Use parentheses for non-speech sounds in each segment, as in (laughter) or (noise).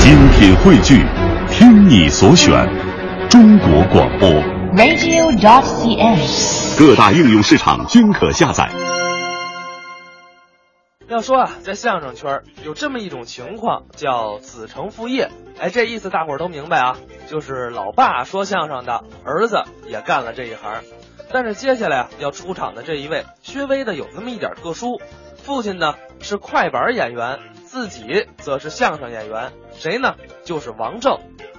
精品汇聚，听你所选，中国广播。 radio.cn。各大应用市场均可下载。要说啊，在相声圈儿有这么一种情况，叫子承父业。哎，这意思大伙儿都明白啊，就是老爸说相声的，儿子也干了这一行。但是接下来啊，要出场的这一位，薛微的有那么一点特殊，父亲呢是快板演员，自己则是相声演员，谁呢？就是王正。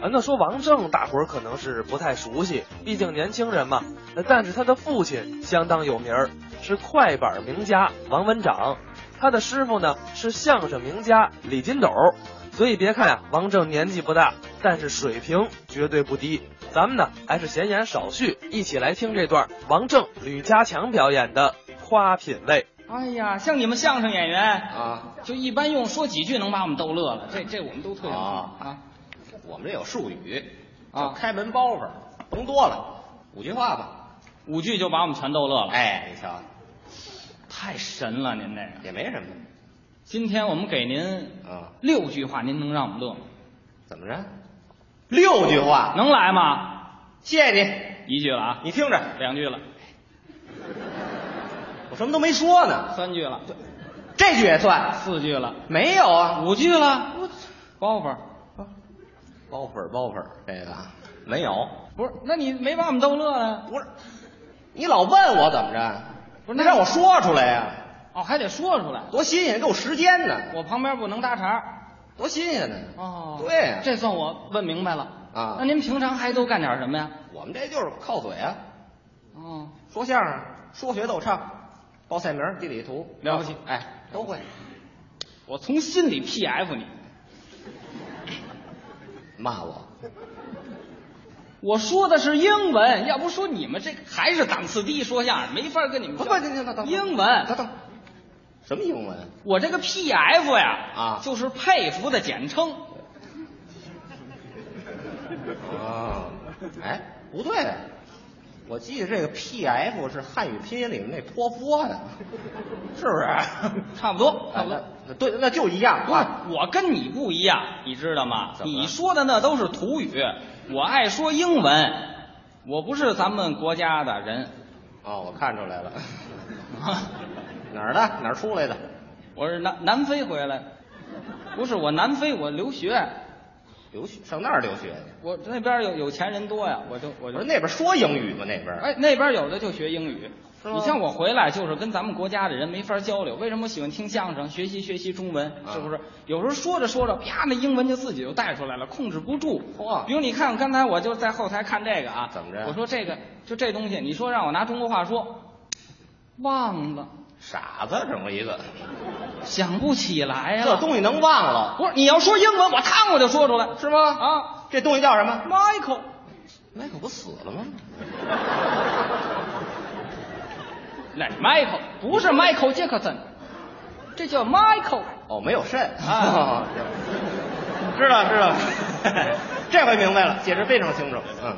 啊，那说王正，大伙儿可能是不太熟悉，毕竟年轻人嘛。那但是他的父亲相当有名儿，是快板名家王文长。他的师傅呢是相声名家李金斗，所以别看呀、王正年纪不大，但是水平绝对不低。咱们呢还是闲言少叙，一起来听这段王正、吕家强表演的《夸品味》。哎呀，像你们相声演员，啊就一般用说几句能把我们逗乐了，这这我们都特有啊啊。我们这有术语啊叫开门包袱，甭多了，五句话吧。五句就把我们全逗乐了，哎，你瞧，太神了！您这个，也没什么今天我们给您啊。六句话，您能让我们乐吗？怎么着？六句话，能来吗？谢谢一句了啊你，，你听着，两句了，我什么都没说呢，三句了，这句也算四句了，没有啊？五句了，包袱包粉儿包粉儿，这个没有，不是？那你没把我们逗乐啊呀？不是，你老问我怎么着？不不是那是，那让我说出来呀、哦，还得说出来，多新鲜，给我时间呢，我旁边不能搭茬。多新鲜呢。哦，对呀这算我问明白了啊那您平常还都干点什么呀？我们这就是靠嘴啊，哦，说相声、说学逗唱、报菜名、地理图，了不起哎，都会。我从心里 P F 你。骂我，我说的是英文，要不说你们这个还是档次低，说相声没法跟你们不说。不，你你等等，英等文，等，什么英文？我这个 P F 呀，啊就是佩服的简称。啊，哎，不对啊，我记得这个 P F 是汉语拼音里面那泼泼的，是不是？差不多，差不多哎。那对，那就一样不啊。是，我跟你不一样，你知道吗？怎么了你说的那都是土语，我爱说英文，我不是咱们国家的人。 (laughs) 哦，我看出来了，哪儿的？哪儿出来的？我是南南非回来，不是我南非，我留学，留学上那儿留学去？我那边有有钱人多呀，我就我我就说那边说英语吗？那边？哎，那边有的就学英语。是吗你像我回来就是跟咱们国家的人没法交流，为什么我喜欢听相声，学习学习中文，啊是不是？有时候说着说着，啪，那英文就自己就带出来了，控制不住。嚯比如你看，刚才我就在后台看这个啊，怎么着我说这个就这东西，你说让我拿中国话说，忘了，傻子，整了一个，想不起来了。这东西能忘了？不是你要说英文，我嘡我就说出来，是吗？啊这东西叫什么？ ，Michael，那可不死了吗？那 Michael 不是 Michael Jackson，这叫 Michael。哦，没有肾啊 (laughs) (laughs) 啊！知道知道， (laughs) 这回明白了，解释非常清楚。嗯，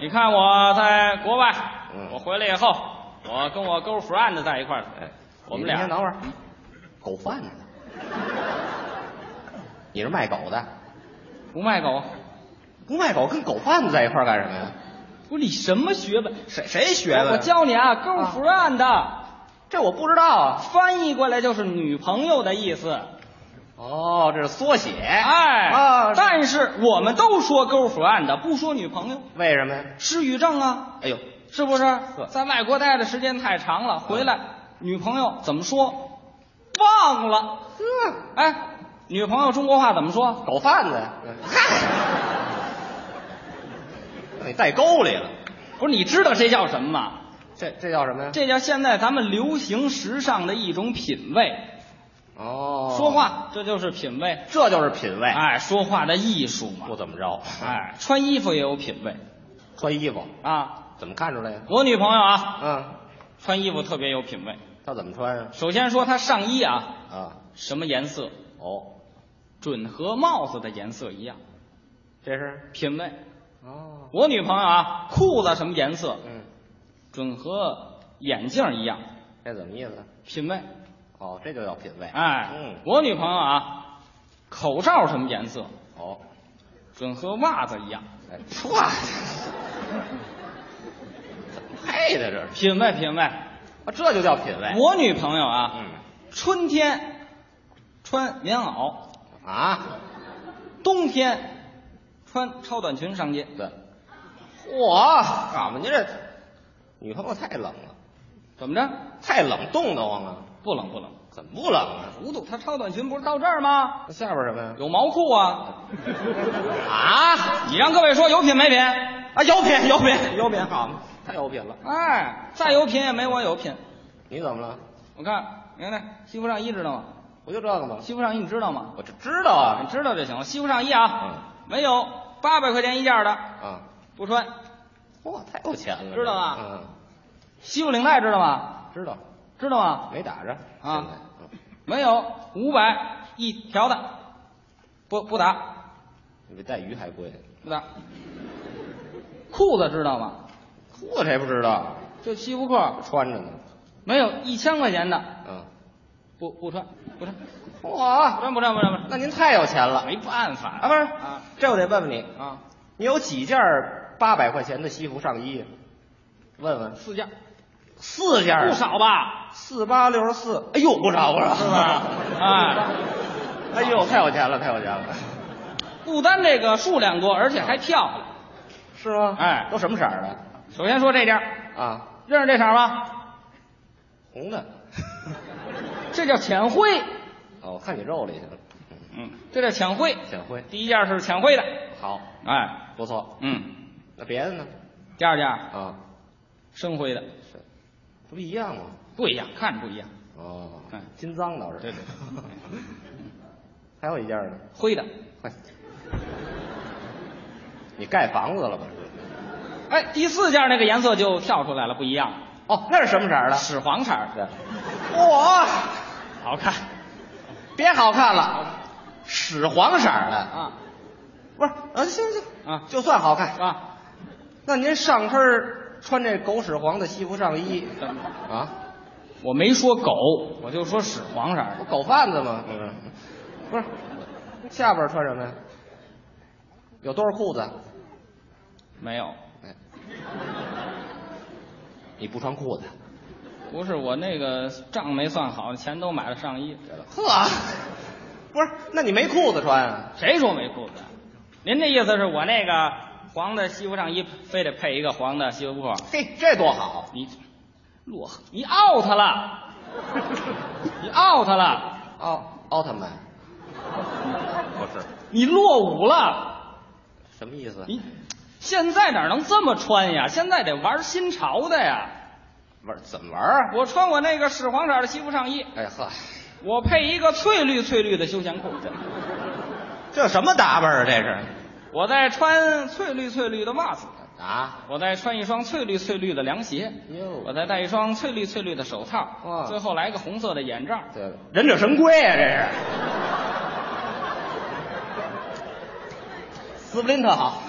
你看我在国外，嗯我回来以后，我跟我 girlfriend 在一块儿，哎，我们你俩先等会儿，狗贩子， (laughs) 你是卖狗的？不卖狗。啊不卖狗跟狗贩子在一块儿干什么呀？不是你什么学问？谁谁学问？我教你啊，girlfriend、这我不知道啊。翻译过来就是女朋友的意思。哦，这是缩写。哎，啊，但是我们都说 girlfriend，不说女朋友，为什么呀？失语症啊，哎呦，是不是？在外国待的时间太长嗯了，回来女朋友怎么说？忘了。呵，哎，女朋友中国话怎么说？狗贩子呀！嗨， (laughs) 让你带沟里了。不是你知道这叫什么吗？这这叫什么呀？这叫现在咱们流行时尚的一种品味。哦，说话，这就是品味。这就是品味，哎，说话的艺术嘛不。怎么着。哎，穿衣服也有品味穿衣服啊。怎么看出来呀？我女朋友啊，嗯，穿衣服特别有品味。他怎么穿呀？首先说她上衣啊，啊，什么颜色，哦，准和帽子的颜色一样，这是品味。哦，我女朋友啊，裤子什么颜色，嗯，准和眼镜一样，这怎么意思？品味。哦，这就叫品味。哎，嗯，我女朋友啊，口罩什么颜色？哦，准和袜子一样。哎，哇，怎么配的这是？品味品味，啊，这就叫品味。我女朋友啊，嗯春天穿棉袄，啊，冬天穿超短裙上街，对，嚯，好嘛，您这女朋友太冷了，怎么着？太冷冻得慌啊！不冷不冷，怎么不冷啊？糊涂，她超短裙不是到这儿吗？那下边什么呀？有毛裤啊！啊你让各位说有品没品？啊，有品有品有品，好嘛，太有品了。哎，再有品也没我有品。你怎么了？我看，你看那西服上衣知道吗？不就这个吗？西服上衣你知道吗？我这知道啊你知道就行。西服上衣啊，嗯没有八百块钱一件的啊！不穿。哇，太有钱了，知道吧嗯，西服领带知道吗？知道，知道吗？没打着啊现在嗯没有五百一条的，不不打你比带鱼还贵。不打。裤子知道吗？裤子谁不知道？就西服裤穿着呢。没有一千块钱的，嗯，不不穿不穿不哇，穿不穿不穿不穿，那您太有钱了没办法啊！不是啊这我得问问你，啊，你有几件八百块钱的西服上衣？啊问问，四件四件儿不，少吧？四八六十四，哎呦，不少不少，是吧？ (laughs) 哎，哎呦，太有钱了，太有 (laughs) 钱了，不单这个数量多，而且还漂亮。是吗？哎都什么色儿的首先说这件，啊？认识这色儿吗？红的。这叫浅灰，哦，我看你肉里去了，嗯，这叫浅灰。浅灰，第一件是浅灰的，好，哎，不错。嗯，那别的呢？第二件啊，深灰的，是，这不一样吗？不一样，看着不一样。哦哎，金脏倒是。对对 (laughs) 还有一件呢，灰的，快，你盖房子了吧？哎，第四件那个颜色就跳出来了，不一样了，哦，那是什么色儿的？屎黄色儿的，对，哇，好看别好看了，屎黄色儿的。啊不是，啊，行行啊就算好看。啊！那您上身儿穿这狗屎黄的西服上衣怎么啊？我没说狗，我就说屎黄色儿不的，狗贩子吗？不是，下边儿穿什么呀？有多少裤子？没有，哎，你不穿裤子？不是我那个账没算好，钱都买了上衣。呵，不是，那你没裤子穿啊？谁说没裤子？您的意思是我那个黄的西服上衣非得配一个黄的西服裤？嘿，这多好！你落后你 out 了， (laughs) 你 out 了，奥奥特曼不是你落伍了，什么意思？你现在哪能这么穿呀？现在得玩新潮的呀！玩怎么玩啊？我穿我那个屎黄色的西服上衣，哎呵，我配一个翠绿翠绿的休闲裤，这什么打扮啊？这是我再穿翠绿翠绿的袜子，啊？我再穿一双翠绿翠绿的凉鞋，哟我再戴一双翠绿翠绿的手套，哇最后来个红色的眼罩。对了，忍者神龟啊，这是。斯普林特好，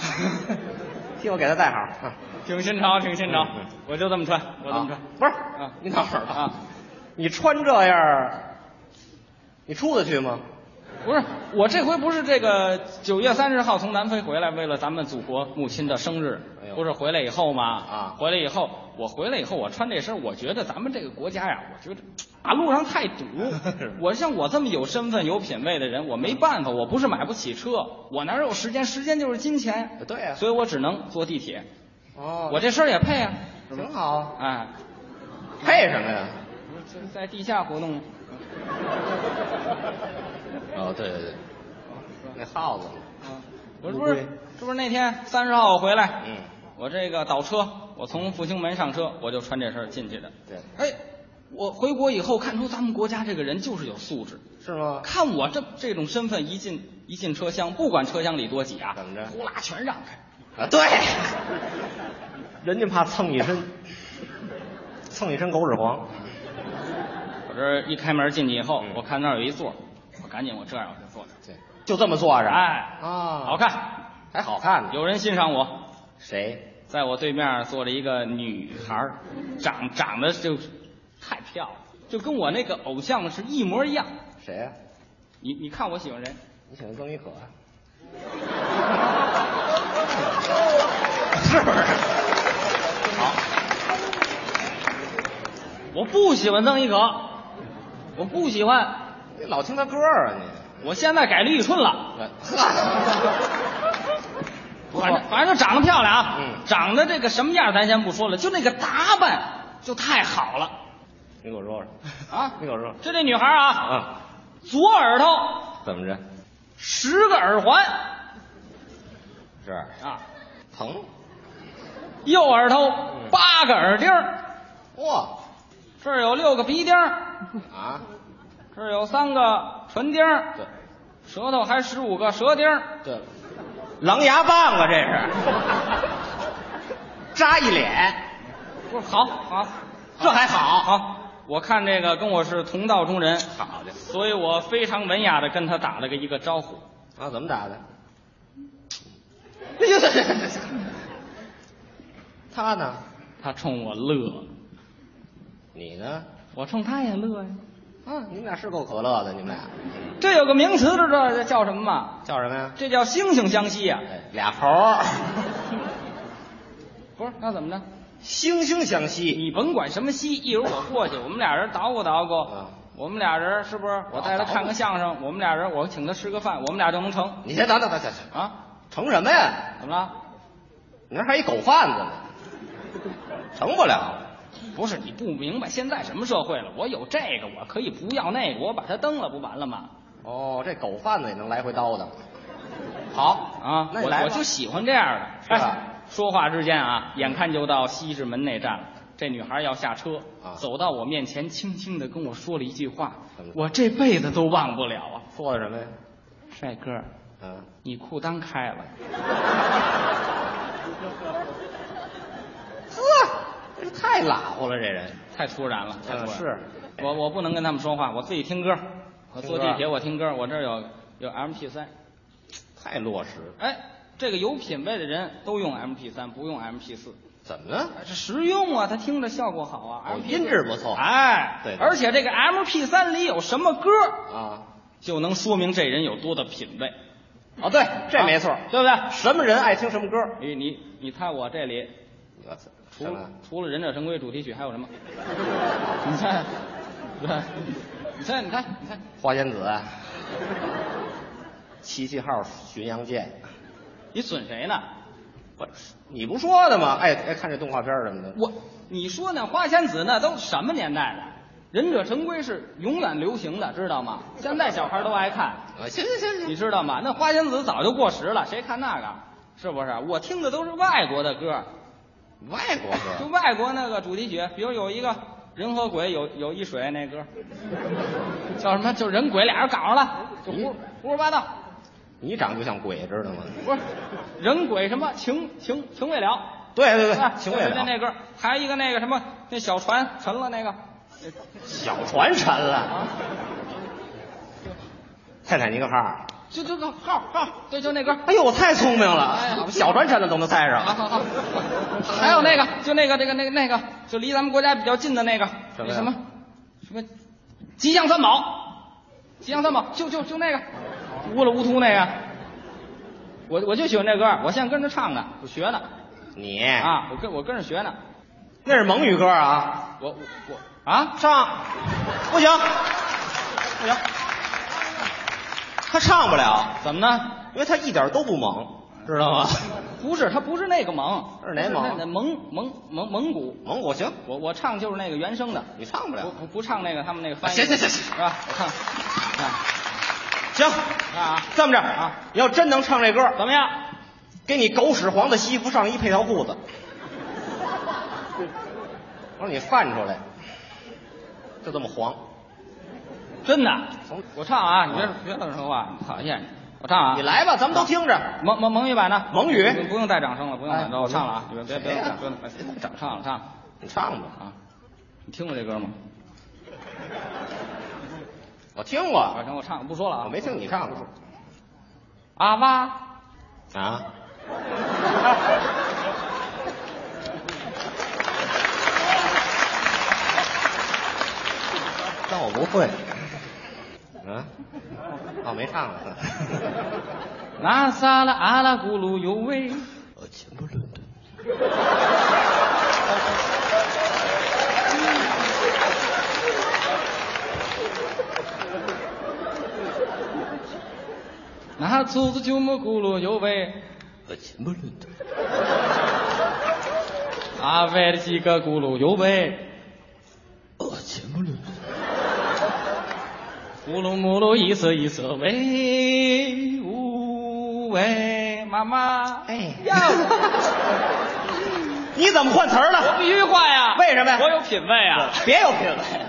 (laughs) 替我给他带好。挺新潮，挺新潮，嗯嗯我就这么穿，我这么穿啊。不是啊你等会儿吧啊，你穿这样儿，你出得去吗？不是，我这回不是这个九月三十号从南非回来，为了咱们祖国母亲的生日哎，呦不是回来以后吗？啊回来以后，我回来以后，我穿这身，我觉得咱们这个国家呀，我觉得马路上太 (laughs) 堵是。我像我这么有身份、有品位的人，我没办法，我不是买不起车，我哪有时间？时间就是金钱，对呀、所以我只能坐地铁。哦，我这身儿也配啊，挺好啊，哎，配什么呀？不是这是在地下活动吗？哦，对对对，那耗子嘛，啊，我这乌不是龟这不是那天三十号我回来，嗯，我这个倒车，我从复兴门上车，我就穿这身儿进去的。对，哎，我回国以后看出咱们国家这个人就是有素质。是吗？看我这这种身份一进一进车厢，不管车厢里多挤啊，怎么着呼啦全让开。啊，对，人家怕蹭一 (laughs) 身，蹭一身狗屎黄，我这一开门进去以后，嗯我看那儿有一座儿，我赶紧我这样我就坐着。对，就这么坐着，哎啊，好，看，还好看呢。有人欣赏我。谁？在我对面坐着一个女孩儿，长长得就太漂亮，就跟我那个偶像是一模一样。谁呀、啊你你看我喜欢谁？你喜欢曾轶可啊？是不是？我不喜欢曾轶可，我不喜欢，你老听他歌儿啊我现在改李宇春了。你？呵，不反错正，反正长得漂亮啊，嗯长得这个什么样咱先不说了，就那个打扮就太好了 (laughs) 你给我说说，啊！你给我说说就这女孩啊，啊，左耳朵怎么着？十个耳环是啊，疼？右耳朵嗯八个耳钉儿，哇这儿有六个鼻钉儿，啊，这儿有三个唇钉儿，对舌头还十五个舌钉儿，对，狼牙棒啊，这是， (laughs) 扎一脸，不是好好，这还好好。我看这个跟我是同道中人，好的，所以我非常文雅的跟他打了个一个招呼。啊，怎么打的？他呢？他冲我乐，你呢？我冲他也乐呀。啊，你们俩是够可乐的，你们俩这有个名词，知道这叫什么吗？叫什么呀？这叫惺惺相惜呀、哎，俩猴儿，不是，那怎么着？惺惺相惜。你甭管什么惜，一会儿我过去，我们俩人捣鼓捣鼓啊。我们俩人是不是？我带他看个相声，我们俩人我请他吃个饭，我们俩就能成你先等等等等，啊？成什么呀？怎么了？你那还一狗贩子呢，成不了。不是你不明白现在什么社会了？我有这个，我可以不要那个，我把它蹬了，不完了吗？哦，这狗贩子也能来回叨叨。好啊，那我你来吧我就喜欢这样的。是吧哎，说话之间啊，眼看就到西直门那站了，这女孩要下车，啊走到我面前，轻轻的跟我说了一句话怎么，我这辈子都忘不了啊，说的什么呀？帅哥，嗯，你裤裆开了，呵，这太拉乎了，这人。太突然了，太突然了。嗯是，我我不能跟他们说话，我自己听歌，我坐听歌地铁我听歌，我这儿有有 M P 三，太落实了。哎，这个有品位的人都用 M P 三，不用 M P 四。怎么了？这实用啊，它听着效果好啊，哦 MP 音质不错哎，对对而且这个 M P 三里有什么歌，啊？就能说明这人有多的品位，哦，对，这没错。啊对不对？什么人爱听什么歌？你你你猜我这里我操，除什么？除了《忍者神龟》主题曲还有什 (laughs) 么？你猜，对，你猜，你猜，你猜，花仙子，齐齐号巡洋舰。你损谁呢？我，你不说的吗？爱爱看这动画片儿什么的。我，你说那花仙子那都什么年代的？《忍者神龟》是永远流行的，知道吗？现在小孩都爱看。啊，行行行你行，知道吗？那花仙子早就过时了，谁看那个？是不是？我听的都是外国的歌，外国就 (laughs) 歌外国那个主题曲，比如有一个人和鬼有有一水那歌，叫什么？就人鬼俩人搞上了，就胡胡说八道，你长得就像鬼，知道吗？不是人鬼什么情情情未了，对对哎对，情未就了是。那歌，还有一个那个什么那小船沉了那个，小船沉啊了，泰坦尼克号。就就个号号，对，就那歌。哎呦，我太聪明哎了好，小船沉了都能猜好上。好好，还有那个，就那个，这个，那个，那个，就离咱们国家比较近的那个，什那么呀什么，什么，吉祥三宝，吉祥三宝，就就就那个，乌了乌秃那个，我我就喜欢这歌，我现在跟着唱呢，我学呢，你啊，我跟我跟着学呢，那是蒙语歌啊，我我我啊，唱不行，不行，他唱不了，怎么呢？因为他一点都不蒙，知 (laughs) 道吗？不是，它不是那个蒙，是哪蒙那那蒙蒙蒙蒙古，蒙古行，我我唱就是那个原声的，你唱我不了，啊不不唱那个他们那个翻译的，行行行行是吧？我唱，啊行，啊。这么着啊，你要真能唱这歌，怎么样？给你狗屎黄的西服上衣配条裤子，我让你翻出来，就这么黄。真的从，我唱啊，你别别乱说话，讨厌你。我唱啊，你来吧，咱们都听着。蒙蒙蒙语版的蒙语不不用带掌声了，不用哎了，那我唱了啊，你们别别谁呀别别别掌唱了唱了你唱吧，啊！你听过这歌吗？我听过啊，，行，我唱，不说了啊，我没听你唱过啊哇，啊。 (laughs) 那我不会，嗯，哦，没唱了。那萨拉阿拉咕噜哟喂， (laughs) 呃，前不伦敦。那兔子就么咕噜哟喂，呃，前不伦敦。阿喂的几个咕噜哟喂，呃，前不伦敦。咕噜咕噜一色一色喂呜喂，妈妈，哎呀， (laughs) 你怎么换词儿我了？必须换呀，为什么呀我有品位啊。别有品位。